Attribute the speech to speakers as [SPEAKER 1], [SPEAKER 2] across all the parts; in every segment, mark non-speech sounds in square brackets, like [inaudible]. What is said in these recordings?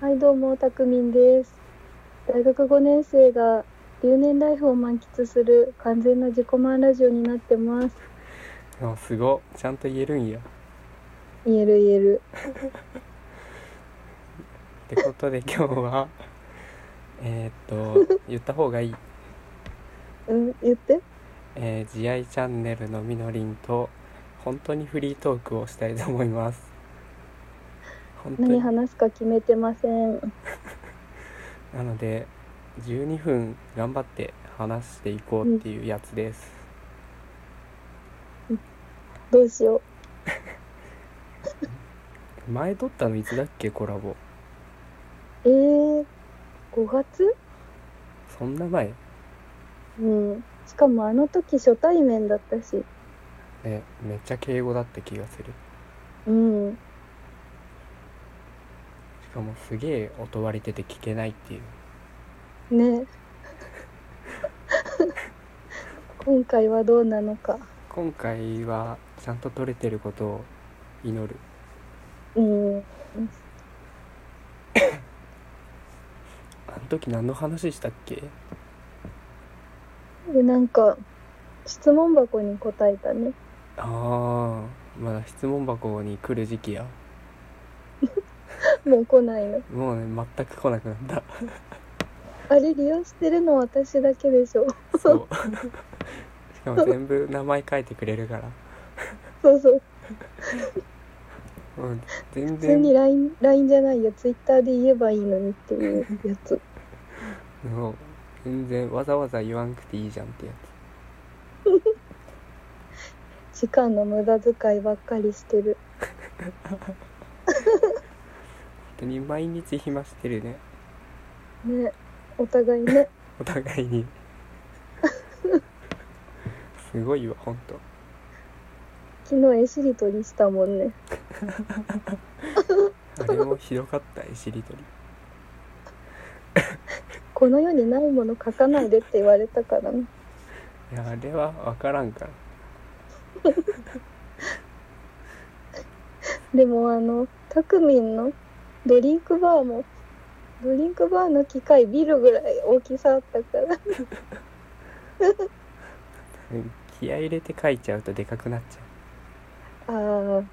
[SPEAKER 1] はい、どうも、たくみんです。大学5年生が留年ライフを満喫する完全な自己満ラジオになってます。
[SPEAKER 2] あすごっちゃんと言えるんや
[SPEAKER 1] 言える言える。
[SPEAKER 2] ってことで今日は [laughs] えーっと言った方がいい、
[SPEAKER 1] うん、言って。
[SPEAKER 2] えー、慈愛チャンネルのみのりんと本当にフリートークをしたいと思います本当
[SPEAKER 1] 何
[SPEAKER 2] に
[SPEAKER 1] 話すか決めてません。
[SPEAKER 2] なので12分頑張って話していこうっていうやつです、
[SPEAKER 1] どうしよ
[SPEAKER 2] 前撮ったのいつだっけコラボ
[SPEAKER 1] う。えー、5月
[SPEAKER 2] そんな前
[SPEAKER 1] うん。しかもあの時初対面だったし。
[SPEAKER 2] ねめっちゃ敬語だった気がする
[SPEAKER 1] うん。
[SPEAKER 2] しかもすげえ音割れてて聞けないっていう
[SPEAKER 1] [laughs] ね。今回はどうなのか。
[SPEAKER 2] 今回はちゃんと撮れてることを祈
[SPEAKER 1] う
[SPEAKER 2] る
[SPEAKER 1] ん。
[SPEAKER 2] あの時何の話したっけ
[SPEAKER 1] で、なんか、質問箱に答えたね。
[SPEAKER 2] ああまだ質問箱に来る時期や
[SPEAKER 1] もう来ないの。
[SPEAKER 2] もうね全く来なくなっ
[SPEAKER 1] あ
[SPEAKER 2] た
[SPEAKER 1] れ利用してるの私だけでしょ [laughs]
[SPEAKER 2] そう [laughs] しかも全部名前書いてくれるから、
[SPEAKER 1] そうそう
[SPEAKER 2] うん、全
[SPEAKER 1] 普通に
[SPEAKER 2] 然
[SPEAKER 1] LINE, LINE じゃないよ Twitter で言えばいいのにっていうやつ
[SPEAKER 2] もう全然わざわざ言わんくていいじゃんってや
[SPEAKER 1] 時間の無駄遣いばっかりしてる
[SPEAKER 2] つ本当に毎日暇してるね
[SPEAKER 1] ねお互いね
[SPEAKER 2] お互い
[SPEAKER 1] [laughs]
[SPEAKER 2] にすごいわ本当
[SPEAKER 1] 昨日絵しりとりしたもんね
[SPEAKER 2] あれもひどかった絵しりとり
[SPEAKER 1] この世にないもの書かないでって言われたからね
[SPEAKER 2] いやあれは分からんから
[SPEAKER 1] でもあのたくみんのドリンクバーもドリンクバーの機械ビルぐらい大きさあったから
[SPEAKER 2] うん気合い入れて書いちゃうとでかくなっちゃ
[SPEAKER 1] ああ
[SPEAKER 2] う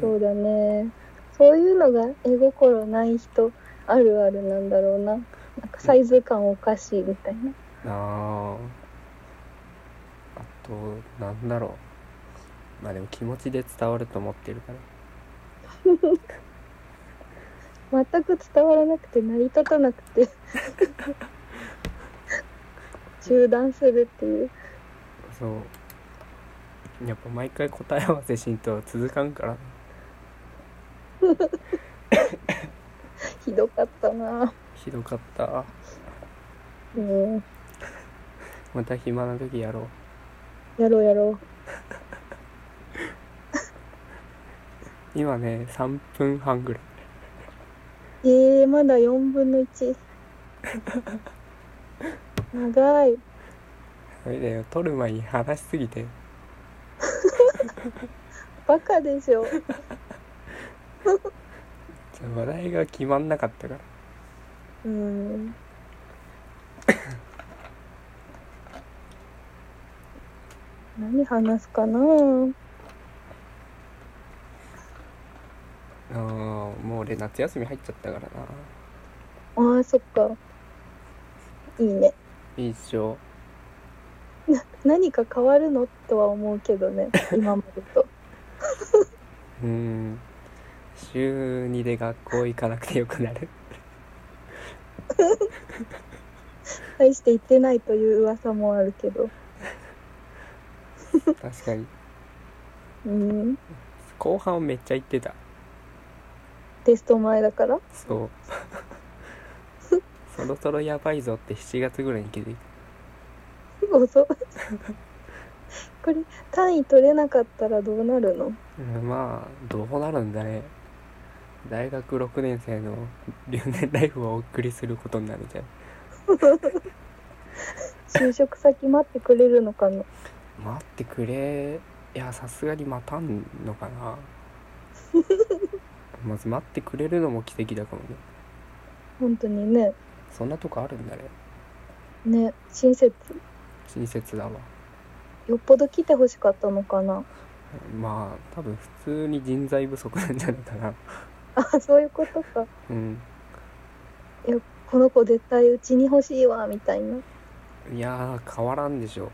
[SPEAKER 1] そうだね。そういうのが絵心ない人あるあるなんだろうな。なんかサイズ感おかしいみたいな。
[SPEAKER 2] あああとなんだろうまあでも気持ちで伝わると思ってるから
[SPEAKER 1] 全く伝わらなくて成り立たなくて [laughs] 中断するっていう。
[SPEAKER 2] そうやっぱ毎回答え合わせしんと続かんから
[SPEAKER 1] ひどかったな。
[SPEAKER 2] ひどかった
[SPEAKER 1] うん。
[SPEAKER 2] また暇な時やろう
[SPEAKER 1] やろうやろ。
[SPEAKER 2] 今ね3分半ぐらいう
[SPEAKER 1] えー、まだ4分の1。長い。
[SPEAKER 2] それだよ撮る前に話しすぎて
[SPEAKER 1] バカでしょ。
[SPEAKER 2] ちょ話題が決まんなかったから
[SPEAKER 1] うん。何話すかな
[SPEAKER 2] あーもう俺夏休み入っちゃったからな
[SPEAKER 1] あーそっかいいね
[SPEAKER 2] いいっしょ
[SPEAKER 1] 何か変わるのとは思うけどね今までと
[SPEAKER 2] うん週2で学校行かなくてよくなる
[SPEAKER 1] 大して行ってないという噂もあるけど
[SPEAKER 2] 確かに
[SPEAKER 1] うん
[SPEAKER 2] 後半はめっちゃ行ってた
[SPEAKER 1] テスト前だから
[SPEAKER 2] そう [laughs] そろそろやばいぞって7月ぐらいに気づい
[SPEAKER 1] 遅い [laughs] これ単位取れなかったらどうなるの
[SPEAKER 2] たうんまあどうなるんだね大学6年生の留年ライフをお送りすることになるじゃん
[SPEAKER 1] 就職先待ってくれるのかな
[SPEAKER 2] 待って [laughs] くれいやさすがに待たんのかなままず待ってくれるのも奇跡だかもね
[SPEAKER 1] 本当にね
[SPEAKER 2] そんなとこあるんだね
[SPEAKER 1] ね親切
[SPEAKER 2] 親切だわ
[SPEAKER 1] よっぽど来てほしかったのかな [laughs]
[SPEAKER 2] まあ多分普通に人材不足なんじゃないかな
[SPEAKER 1] あそういうことか
[SPEAKER 2] うん
[SPEAKER 1] この子絶対うちに欲しいわみたいない
[SPEAKER 2] やー変わらんでしょ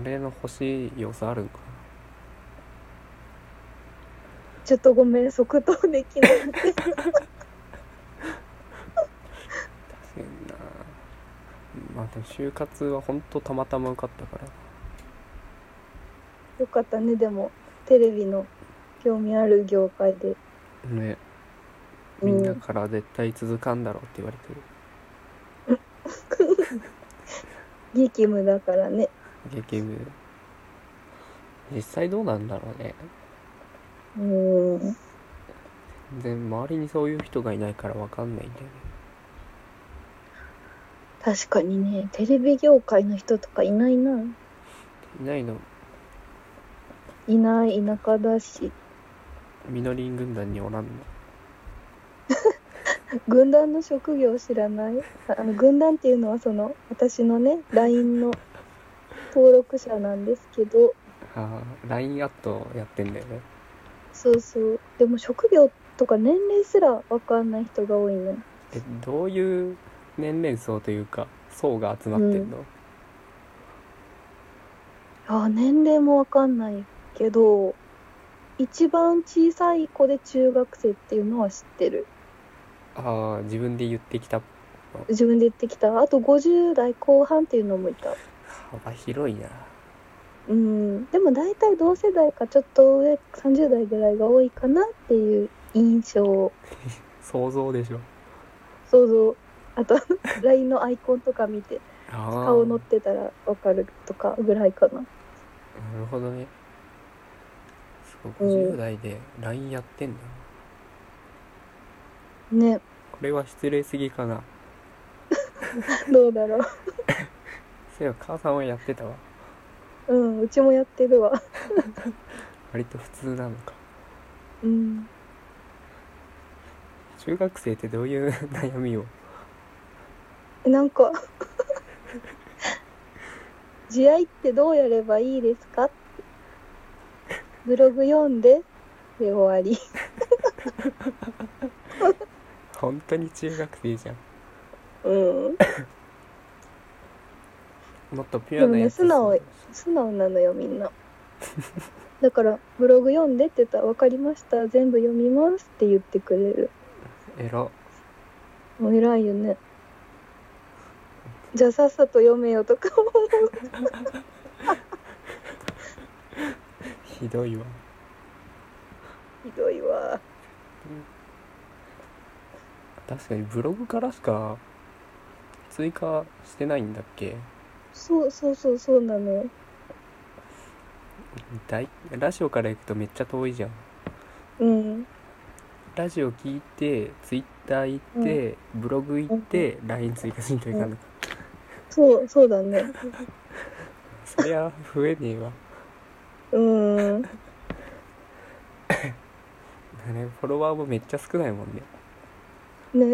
[SPEAKER 2] 俺の欲しい要素あるんか
[SPEAKER 1] ちょっとごめん即答できない
[SPEAKER 2] 確かになまあでも就活はほんとたまたま受かったから
[SPEAKER 1] よかったねでもテレビの興味ある業界で
[SPEAKER 2] ね
[SPEAKER 1] う
[SPEAKER 2] み
[SPEAKER 1] ん
[SPEAKER 2] んなから絶対続かんだろうって言われてる、
[SPEAKER 1] 激務だからね
[SPEAKER 2] 激務実際どうなんだろうね
[SPEAKER 1] うーん
[SPEAKER 2] 全然周りにそういう人がいないからわかんないんだよね
[SPEAKER 1] 確かにねテレビ業界の人とかいないない
[SPEAKER 2] ないの
[SPEAKER 1] いない田舎だし
[SPEAKER 2] みのりん軍団におらんの
[SPEAKER 1] 軍団の職業知らないあの軍団っていうのはその私のね LINE の登録者なんですけど
[SPEAKER 2] ああ LINE アットやってんだよね
[SPEAKER 1] そうそうでも職業とか年齢すら分かんない人が多いね
[SPEAKER 2] えどういう年齢層というか層が集まってんの、
[SPEAKER 1] あー年齢も分かんないけど一番小さい子で中学生っていうのは知ってる
[SPEAKER 2] ああ自分で言ってきた
[SPEAKER 1] 自分で言ってきたあと50代後半っていうのもいた
[SPEAKER 2] 幅広いな
[SPEAKER 1] うんでも大体同世代かちょっと上30代ぐらいが多いかなっていう印象
[SPEAKER 2] 想像でしょ
[SPEAKER 1] 想像あと [laughs] LINE のアイコンとか見て
[SPEAKER 2] ああ
[SPEAKER 1] 顔乗ってたら分かるとかぐらいかな
[SPEAKER 2] なるほどねそ
[SPEAKER 1] うん
[SPEAKER 2] う50代で LINE やってんだな
[SPEAKER 1] ね
[SPEAKER 2] これは失礼すぎかな
[SPEAKER 1] どうだろ
[SPEAKER 2] そういえば母さんはやってたわ
[SPEAKER 1] ううんうちもやってるわ
[SPEAKER 2] 割と普通なのか
[SPEAKER 1] うん
[SPEAKER 2] 中学生ってどういう [laughs] 悩みを
[SPEAKER 1] なんか [laughs] 慈愛ってどうやればいいですかブログ読んでで終わり
[SPEAKER 2] 本当に中学生じゃん
[SPEAKER 1] うん
[SPEAKER 2] もっとピュアなやつ
[SPEAKER 1] でもね素直なのよみんなだからブログ読んでって言ったら「分かりました全部読みます」って言ってくれる
[SPEAKER 2] エロ
[SPEAKER 1] もう偉いよねじゃあさっさと読めよとか思う
[SPEAKER 2] ひどいわ
[SPEAKER 1] ひどいわ
[SPEAKER 2] 確かにブログからしか追加してないんだっけ
[SPEAKER 1] そうそうそうそうなのよ
[SPEAKER 2] だいラジオから行くとめっちゃ遠いじゃん
[SPEAKER 1] うん
[SPEAKER 2] ラジオ聞いてツイッター行って、ブログ行って、LINE 追加しんといかんのか、
[SPEAKER 1] そうそうだね
[SPEAKER 2] そりゃ増えねえわ
[SPEAKER 1] うん
[SPEAKER 2] あれフォロワーもめっちゃ少ないもんね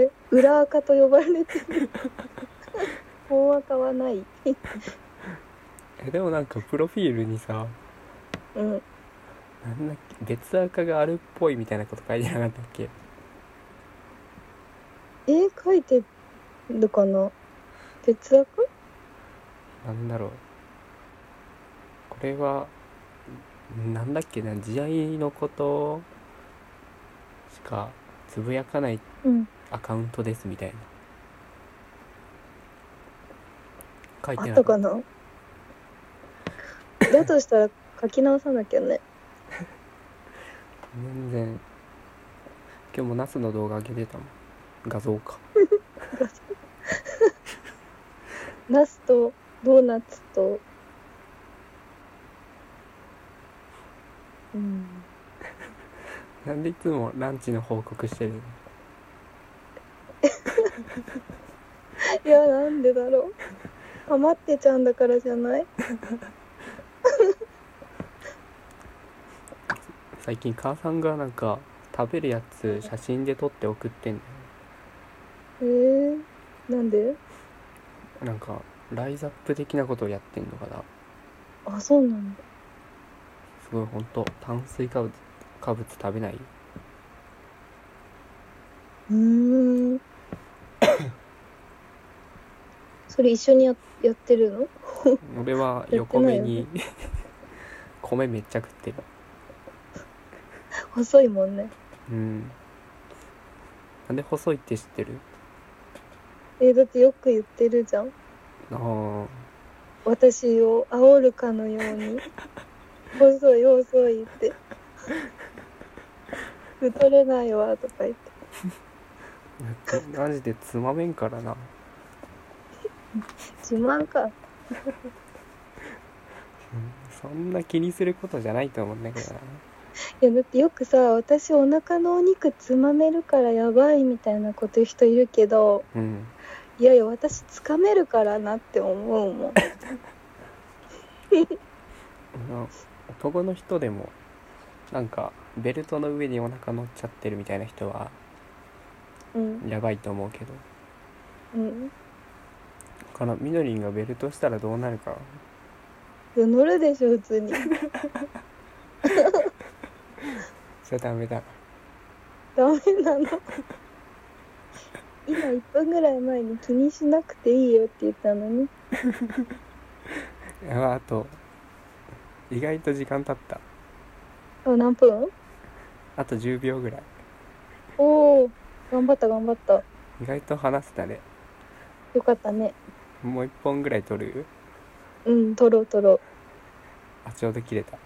[SPEAKER 1] ね裏垢と呼ばれてる [laughs] 本垢はない
[SPEAKER 2] えでもなんかプロフィールにさ
[SPEAKER 1] うん
[SPEAKER 2] なんだっけ別垢があるっぽいみたいなこと書いてなかったっけ
[SPEAKER 1] 絵描いてるかな別垢
[SPEAKER 2] なんだろうこれはなんだっけな慈愛のことしかつぶやかない
[SPEAKER 1] うん
[SPEAKER 2] アカウントですみたいな書い
[SPEAKER 1] あ
[SPEAKER 2] て
[SPEAKER 1] っ
[SPEAKER 2] なか
[SPEAKER 1] た
[SPEAKER 2] った
[SPEAKER 1] かなだとしたら書き直さなきゃね
[SPEAKER 2] 全然今日もナスの動画上げてたもん画像か
[SPEAKER 1] ナスとドーナツとうん
[SPEAKER 2] なんでいつもランチの報告してるの
[SPEAKER 1] いやなんでだろうハマってちゃんだからじゃない
[SPEAKER 2] 最近母さんがなんか食べるやつ写真で撮って送ってんだ
[SPEAKER 1] えー、なんで
[SPEAKER 2] よなんかライズアップ的なことをやってんのかな
[SPEAKER 1] あそうなんだ
[SPEAKER 2] すごいほんと炭水化物化物食
[SPEAKER 1] [laughs]
[SPEAKER 2] べないう
[SPEAKER 1] ーんそれ一緒にややってるの
[SPEAKER 2] 俺は
[SPEAKER 1] やって
[SPEAKER 2] 横
[SPEAKER 1] ないよ
[SPEAKER 2] 目
[SPEAKER 1] ね
[SPEAKER 2] に [laughs] 米めっちゃ食ってる
[SPEAKER 1] 細いもんね
[SPEAKER 2] うんなんで細いって知ってる
[SPEAKER 1] えだってよく言ってるじゃん
[SPEAKER 2] ああ
[SPEAKER 1] 私を煽るかのように細い細いって太れないわとか言って
[SPEAKER 2] マジでつまめんからな
[SPEAKER 1] 自慢か
[SPEAKER 2] そんな気にすることじゃないと思うんだけどない
[SPEAKER 1] やだってよくさ私お腹のお肉つまめるからやばいみたいなこと言う人いるけど
[SPEAKER 2] うん
[SPEAKER 1] いやいや私つかめるからなって思うもん
[SPEAKER 2] あの男の人でもなんかベルトの上にお腹乗っちゃってるみたいな人は
[SPEAKER 1] うん
[SPEAKER 2] やばいと思うけど
[SPEAKER 1] うん
[SPEAKER 2] このみのりんがベルトしたらどうなるか
[SPEAKER 1] いや乗るでしょ普通に
[SPEAKER 2] それダメだ
[SPEAKER 1] ダメなの今1分ぐらい前に気にしなくていいよって言ったのに
[SPEAKER 2] やばあと意外と時間経った
[SPEAKER 1] あ何分
[SPEAKER 2] あと10秒ぐらい
[SPEAKER 1] おお頑張った頑張った
[SPEAKER 2] 意外と話せたね
[SPEAKER 1] よかったね
[SPEAKER 2] もう1本ぐらい取る
[SPEAKER 1] うん取ろう取ろ
[SPEAKER 2] あちょうど切れた